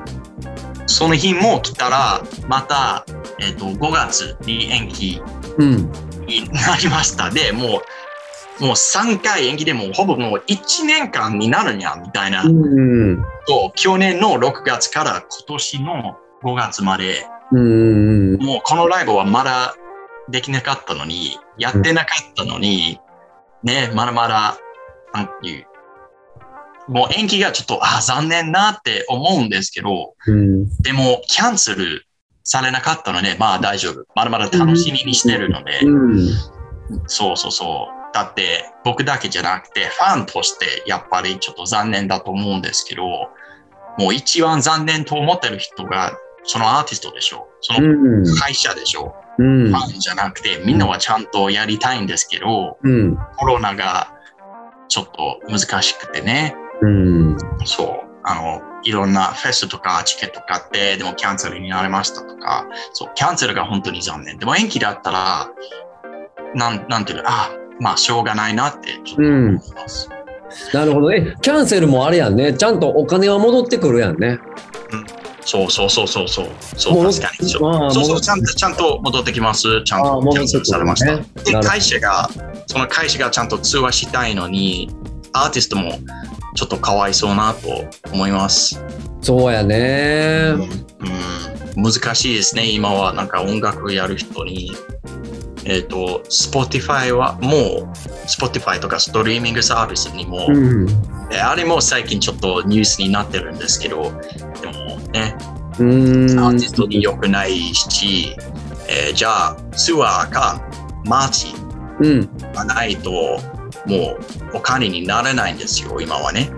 [SPEAKER 3] その日も来たら、また、えっ、と、5月に延期
[SPEAKER 2] うん
[SPEAKER 3] になりました。で、もう、もう3回延期でもうほぼもう1年間になるにゃ、みたいな。
[SPEAKER 2] うん
[SPEAKER 3] と去年の6月から今年の5月まで、
[SPEAKER 2] うん
[SPEAKER 3] もうこのライブはまだできなかったのに、やってなかったのに、ね、まだまだ、なんていう、もう延期がちょっと、あ、残念なって思うんですけど、
[SPEAKER 2] うん
[SPEAKER 3] でも、キャンセルされなかったので、まあ大丈夫。まだまだ楽しみにしてるので、
[SPEAKER 2] うん
[SPEAKER 3] そうそうそう。だって、僕だけじゃなくて、ファンとして、やっぱりちょっと残念だと思うんですけど、もう一番残念と思ってる人が、そのアーティストでしょう。その
[SPEAKER 2] うん
[SPEAKER 3] 会社でしょう。
[SPEAKER 2] うん
[SPEAKER 3] ファンじゃなくて、みんなはちゃんとやりたいんですけど、
[SPEAKER 2] うん
[SPEAKER 3] コロナがちょっと難しくてね、
[SPEAKER 2] うん
[SPEAKER 3] そう、あの、いろんなフェスとかチケット買って、でもキャンセルになりましたとか、そう、キャンセルが本当に残念。でも延期だったら、なん、なんていうの、あ、まあ、しょうがないなって、ちょっと思います。
[SPEAKER 2] なるほどねキャンセルもあれやんねちゃんとお金は戻ってくるやんね
[SPEAKER 3] そうそうそうそうそう、そう、
[SPEAKER 2] 戻っ
[SPEAKER 3] 確かに。そう
[SPEAKER 2] ああ
[SPEAKER 3] そうそ
[SPEAKER 2] 戻っ
[SPEAKER 3] うちゃんと、ちゃんと戻ってきます。ちゃん
[SPEAKER 2] ああ
[SPEAKER 3] とキ
[SPEAKER 2] 戻
[SPEAKER 3] ャン
[SPEAKER 2] ってく
[SPEAKER 3] セ
[SPEAKER 2] る
[SPEAKER 3] ルされました。
[SPEAKER 2] ね
[SPEAKER 3] で、
[SPEAKER 2] なるほど
[SPEAKER 3] 会社が、その会社がちゃんと通話したいのに、アーティストもちょっとかわいそうなと思います。
[SPEAKER 2] そうやね
[SPEAKER 3] うん、難しいですね、今は。なんか音楽やる人に。えっ、と、Spotify はもう、Spotify とかストリーミングサービスにも、
[SPEAKER 2] うん
[SPEAKER 3] えあれも最近ちょっとニュースになってるんですけど、でもね、
[SPEAKER 2] うん
[SPEAKER 3] アーティストに良くないし、えーじゃあツアーかマーチ
[SPEAKER 2] うん
[SPEAKER 3] がないともうお金にならないんですよ今はね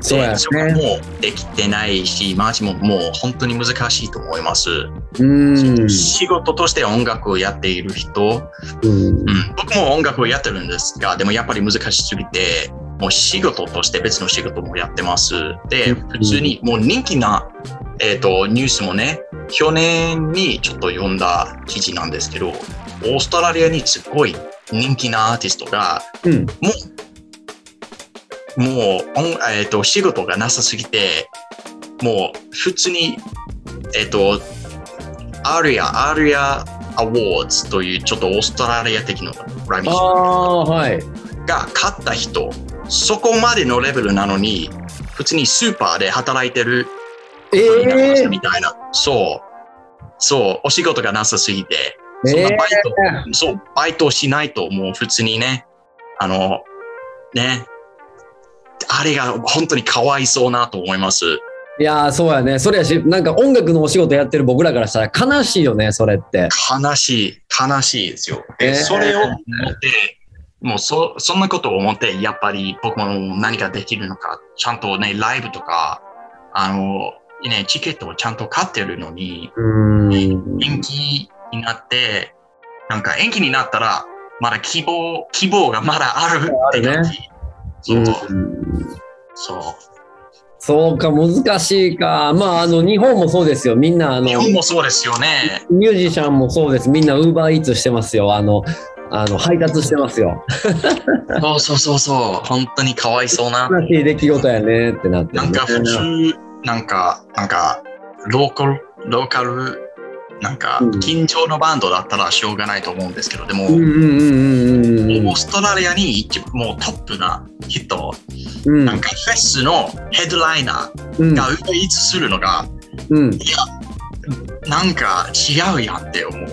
[SPEAKER 2] そうやね
[SPEAKER 3] でそれもできてないし、マーチももう本当に難しいと思います。
[SPEAKER 2] うん。
[SPEAKER 3] 仕事として音楽をやっている人、
[SPEAKER 2] うん
[SPEAKER 3] うん、僕も音楽をやってるんですが、でもやっぱり難しすぎて、もう仕事として別の仕事もやってます。で、
[SPEAKER 2] うん
[SPEAKER 3] 普通にもう人気な、えー、とニュースもね、去年にちょっと読んだ記事なんですけど、オーストラリアにすごい人気なアーティストが、
[SPEAKER 2] うん。
[SPEAKER 3] もう、おんえー、と仕事がなさすぎて、もう普通に、えっ、と、アリア、アリアアワーズというちょっとオーストラリア的なラミ
[SPEAKER 2] ああ、はい。
[SPEAKER 3] が勝った人、そこまでのレベルなのに、普通にスーパーで働いてる
[SPEAKER 2] え
[SPEAKER 3] 人になりました
[SPEAKER 2] え
[SPEAKER 3] みたいな、そう、そう、お仕事がなさすぎて、
[SPEAKER 2] え
[SPEAKER 3] そんなバイ
[SPEAKER 2] え
[SPEAKER 3] ト、そう、バイトをしないと、もう普通にね、あの、ね、あれが本当にかわいそうなと思います。
[SPEAKER 2] いやー、そうやね。それやし、なんか音楽のお仕事やってる僕らからしたら悲しいよね、それって。
[SPEAKER 3] 悲しい、悲しいですよ。で
[SPEAKER 2] えー
[SPEAKER 3] それを思って、もうそそんなことを思って、やっぱり僕も何ができるのか、ちゃんとね、ライブとか、あの、ね、チケットをちゃんと買ってるのに、
[SPEAKER 2] うん。
[SPEAKER 3] 延期になって、なんか延期になったら、まだ希望、希望がまだあるって感じ。そう、そ
[SPEAKER 2] そうか、難しいか。まあ、あの、日本もそうですよ。みんな、あ
[SPEAKER 3] う。
[SPEAKER 2] の
[SPEAKER 3] 日、本もそうですよね。
[SPEAKER 2] ミュージシャンもそうです。みんなウーバーイーツしてますよ。あの、あの配達してますよ。
[SPEAKER 3] そうそうそうそう。本当にかわいそうな。
[SPEAKER 2] 悲しい出来事やねってなってる
[SPEAKER 3] な
[SPEAKER 2] ね、
[SPEAKER 3] んか普通、なんか、なんか、ローカル、ローカル、なんか
[SPEAKER 2] うん、
[SPEAKER 3] 近所のバンドだったらしょうがないと思うんですけど、でも、
[SPEAKER 2] うんうんうんうんうん
[SPEAKER 3] オーストラリアに一もうトップな人、
[SPEAKER 2] うん
[SPEAKER 3] なんかフェスのヘッドライナ
[SPEAKER 2] うん
[SPEAKER 3] ーが歌いつするのが、
[SPEAKER 2] うん
[SPEAKER 3] なんか違うやんって思う。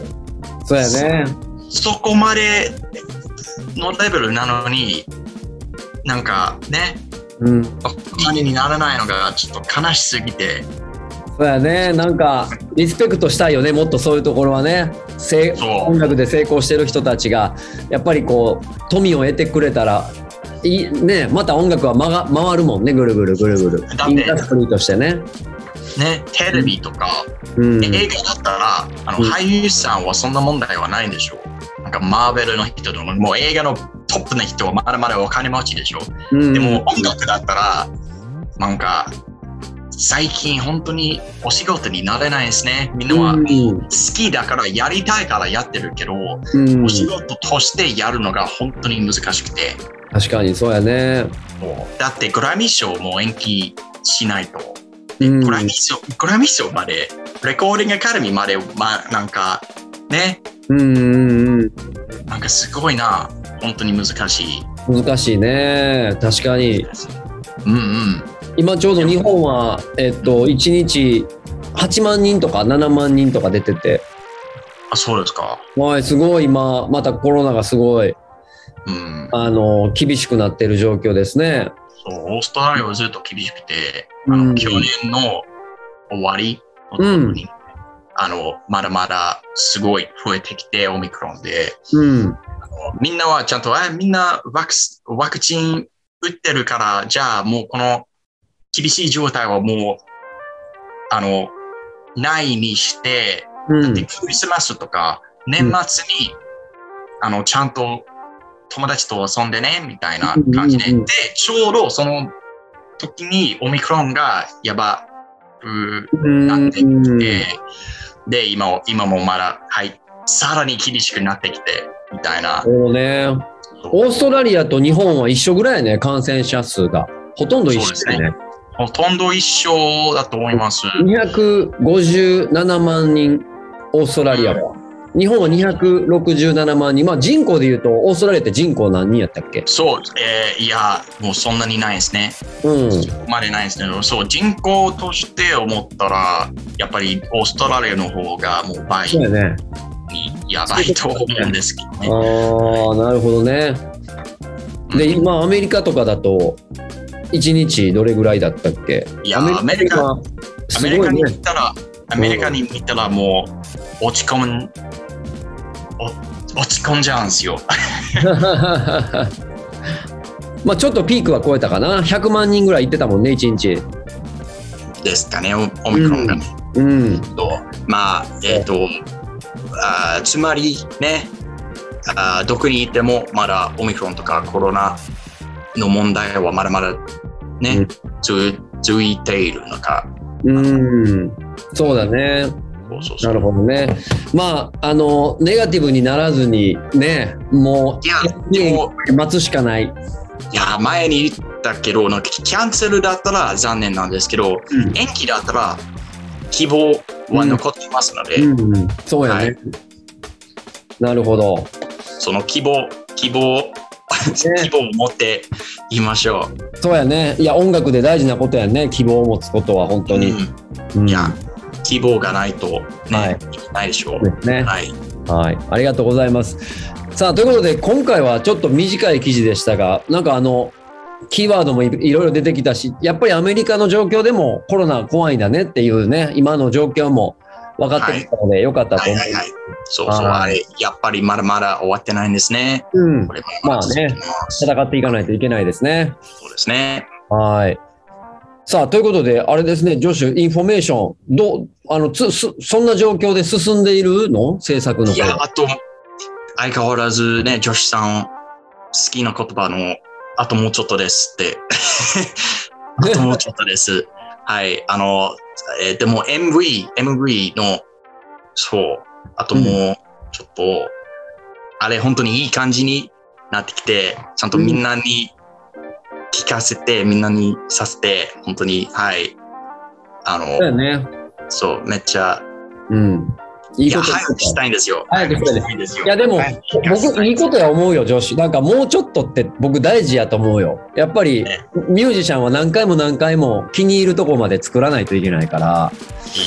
[SPEAKER 2] そうやね
[SPEAKER 3] そこまでのレベルなのに、なんかね、
[SPEAKER 2] うん
[SPEAKER 3] お金にならないのがちょっと悲しすぎて、
[SPEAKER 2] そうやねなんかリスペクトしたいよねもっとそういうところはねせい
[SPEAKER 3] そう
[SPEAKER 2] 音楽で成功してる人たちがやっぱりこう富を得てくれたらいいねまた音楽はまが回るもんねぐるぐるぐるぐる
[SPEAKER 3] だって
[SPEAKER 2] インダストリーとしてね
[SPEAKER 3] ね、テレビとか、
[SPEAKER 2] うん
[SPEAKER 3] で映画だったらあの、
[SPEAKER 2] うん
[SPEAKER 3] 俳優さんはそんな問題はないんでしょうなんかマーベルの人でももう映画のトップの人はまだまだお金持ちでしょ
[SPEAKER 2] うん
[SPEAKER 3] でも音楽だったらなんか最近本当にお仕事になれないですねみんなは
[SPEAKER 2] うん
[SPEAKER 3] 好きだからやりたいからやってるけど、
[SPEAKER 2] うん
[SPEAKER 3] お仕事としてやるのが本当に難しくて
[SPEAKER 2] 確かにそうやね
[SPEAKER 3] もうだってグラミー賞も延期しないと
[SPEAKER 2] うん
[SPEAKER 3] グラミー賞、グラミー賞まで、レコーディングアカデミーまで、まあ、なんか、ね、
[SPEAKER 2] うんうんうん
[SPEAKER 3] なんかすごいな、本当に難しい。
[SPEAKER 2] 難しいね確かに
[SPEAKER 3] うんうん。
[SPEAKER 2] 今ちょうど日本はえっと1日8万人とか7万人とか出てて
[SPEAKER 3] あ、そうですか。
[SPEAKER 2] はいすごい今またコロナがすごい
[SPEAKER 3] うん。
[SPEAKER 2] あの厳しくなってる状況ですね
[SPEAKER 3] そう、オーストラリアはずっと厳しくて、あの、
[SPEAKER 2] うん
[SPEAKER 3] 去年の終わりのところに、あの、まだまだすごい増えてきて、オミクロンで、
[SPEAKER 2] うん
[SPEAKER 3] みんなはちゃんと、あみんなワクスワクチン打ってるから、じゃあもうこの厳しい状態はもう、あの、ないにして、
[SPEAKER 2] う
[SPEAKER 3] で
[SPEAKER 2] ん
[SPEAKER 3] クリスマスとか、年末に、あの、ちゃんと友達と遊んでね、みたいな感じで。
[SPEAKER 2] うんうんうん
[SPEAKER 3] で、ちょうどその時にオミクロンがやばく
[SPEAKER 2] うん
[SPEAKER 3] なってきて、で、今、今もまだ、はい、さらに厳しくなってきて、みたいな。
[SPEAKER 2] そうねオーストラリアと日本は一緒ぐらいやね感染者数がほとんど一緒やね
[SPEAKER 3] ほとんど一緒だと思います。
[SPEAKER 2] 257万人オーストラリアは、日本は267万人まあ人口で言うとオーストラリアって人口何人やったっけ
[SPEAKER 3] そう、えーいや、もうそんなにないですね。
[SPEAKER 2] うん
[SPEAKER 3] そこまでないですけど、そう、人口として思ったら、やっぱりオーストラリアの方がもう倍
[SPEAKER 2] そう
[SPEAKER 3] に
[SPEAKER 2] やね
[SPEAKER 3] やばいと思うんですけど
[SPEAKER 2] あ
[SPEAKER 3] ね。
[SPEAKER 2] あなるほどねで
[SPEAKER 3] うん
[SPEAKER 2] 今アメリカとかだと1日どれぐらいだったっけ
[SPEAKER 3] いや、アメリカ、
[SPEAKER 2] は
[SPEAKER 3] ア
[SPEAKER 2] す
[SPEAKER 3] メリ
[SPEAKER 2] ご
[SPEAKER 3] カ
[SPEAKER 2] い
[SPEAKER 3] に
[SPEAKER 2] ね
[SPEAKER 3] 行ったら、アメリカに行ったらもう落ち込む、お落ち込んじゃうんですよ。
[SPEAKER 2] まあ、ちょっとピークは超えたかな100万人ぐらい行ってたもんね1日
[SPEAKER 3] ですかね、オオミクロンがね。
[SPEAKER 2] うん
[SPEAKER 3] とまあ、えっ、と、あーつまりね、あーどこにいてもまだオミクロンとかコロナの問題はまだまだ
[SPEAKER 2] う
[SPEAKER 3] ね
[SPEAKER 2] ん、
[SPEAKER 3] つ続いているのか。
[SPEAKER 2] うんそうだね
[SPEAKER 3] そうそうそう
[SPEAKER 2] なるほどねまああのネガティブにならずにねも
[SPEAKER 3] いや
[SPEAKER 2] う、
[SPEAKER 3] でも、
[SPEAKER 2] 待つしかない
[SPEAKER 3] いや、前に言ったけど、なんかキャンセルだったら残念なんですけど、
[SPEAKER 2] うん
[SPEAKER 3] 延期だったら希望は残ってますので、
[SPEAKER 2] うん、そうやね、
[SPEAKER 3] はい
[SPEAKER 2] なるほど
[SPEAKER 3] その希望、希望、 希望を持っていましょう。
[SPEAKER 2] そうやねいや音楽で大事なことやね希望を持つことは本当に、
[SPEAKER 3] うん
[SPEAKER 2] うん
[SPEAKER 3] いや、希望がないと、ね
[SPEAKER 2] はい
[SPEAKER 3] い、ないでしょう。
[SPEAKER 2] ですね
[SPEAKER 3] はい、
[SPEAKER 2] はい、ありがとうございます。さあ、ということで、今回はちょっと短い記事でしたが、なんかあの、キーワードもいいろいろ出てきたし、やっぱりアメリカの状況でもコロナ怖いんだねっていうね、今の状況も分かってきたので、よかった
[SPEAKER 3] は
[SPEAKER 2] と
[SPEAKER 3] い、
[SPEAKER 2] 思
[SPEAKER 3] はい、はい。そうそう、
[SPEAKER 2] はい
[SPEAKER 3] あれ、やっぱりまだまだ終わってないんですね。
[SPEAKER 2] う。うん
[SPEAKER 3] こ。れ
[SPEAKER 2] まあね
[SPEAKER 3] そう
[SPEAKER 2] 戦っていかないといけないですね。
[SPEAKER 3] ですね。
[SPEAKER 2] はい。さあ、ということで、あれですね、ジョシュ、インフォメーション、どう、あの、つ、す、そんな状況で進んでいるの制作の
[SPEAKER 3] いや、
[SPEAKER 2] 方。
[SPEAKER 3] あと、相変わらずね、女子さん、好きな言葉の、あともうちょっとです って。あともうちょっとです。はい。あの、えーでも MV、MV の、そう、あともうちょっと、あれ本当にいい感じになってきて、ちゃんとみんなに聞かせて、みんなにさせて、本当に、はい。あの、
[SPEAKER 2] そうやね。
[SPEAKER 3] そう、めっちゃ、
[SPEAKER 2] うん。い
[SPEAKER 3] い
[SPEAKER 2] い
[SPEAKER 3] や、
[SPEAKER 2] こと
[SPEAKER 3] 早くしたいんですよ。
[SPEAKER 2] 早くしたいです
[SPEAKER 3] いんですよ。
[SPEAKER 2] いやでも
[SPEAKER 3] はい、
[SPEAKER 2] 僕、いいことや思うよ、女子。なんかもうちょっとって僕大事やと思うよ。やっぱり
[SPEAKER 3] ね、
[SPEAKER 2] ミュージシャンは何回も何回も気に入るとこまで作らないといけないから。
[SPEAKER 3] い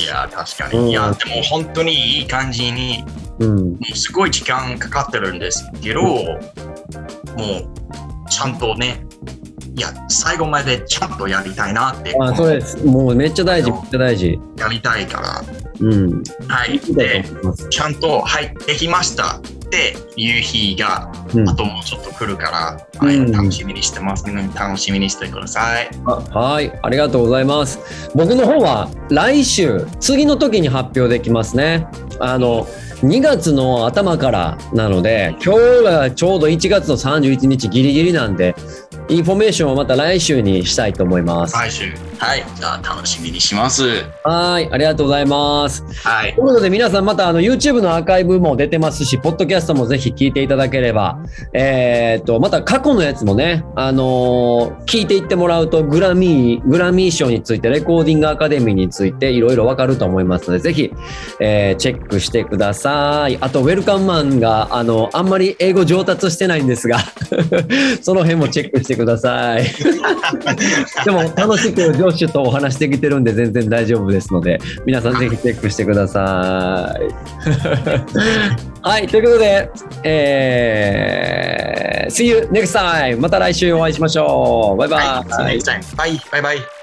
[SPEAKER 3] や、確か
[SPEAKER 2] うん
[SPEAKER 3] に。いや、でも本当にいい感じに、
[SPEAKER 2] うん。
[SPEAKER 3] もうすごい時間かかってるんですけど、もう、ちゃんとね、いや、最後までちゃんとやりたいなって、
[SPEAKER 2] あそれ、もうめっちゃ大事、めっちゃ大事。
[SPEAKER 3] やりたいから、
[SPEAKER 2] うん。
[SPEAKER 3] はい。
[SPEAKER 2] いいだ
[SPEAKER 3] で、
[SPEAKER 2] と思います。
[SPEAKER 3] ちゃんと、はい、できましたっていう日が、
[SPEAKER 2] うん
[SPEAKER 3] あともうちょっと来るから、はい
[SPEAKER 2] うん
[SPEAKER 3] 楽しみにしてます。みんなに楽しみにしてください。
[SPEAKER 2] あはい、ありがとうございます。僕の方は来週、次の時に発表できますね。あの、2月の頭からなので、今日がちょうど1月の31日ギリギリなんで、インフォメーションをまた来週にしたいと思います。は
[SPEAKER 3] 最終。はい。じゃあ、楽しみにします。
[SPEAKER 2] い、ありがとうございます。
[SPEAKER 3] はい。
[SPEAKER 2] ということで皆さんまたあの YouTube のアーカイブも出てますし、ポッドキャストもぜひ聞いていただければ、えーっと、また過去のやつもね、あのー聞いていってもらうとグラミー、グラミー賞について、レコーディングアカデミーについていろいろわかると思いますので、ぜひ、えーチェックしてください。あと、ウェルカムマンが、あの、あんまり英語上達してないんですが、 その辺もチェックしてください。 でも楽しく上司とお話できてるんで全然大丈夫ですので皆さんぜひチェックしてください。はいということで、えー、See you next time! また来週お会いしましょうバイバイ、
[SPEAKER 3] はい。See you next time. Bye. Bye bye.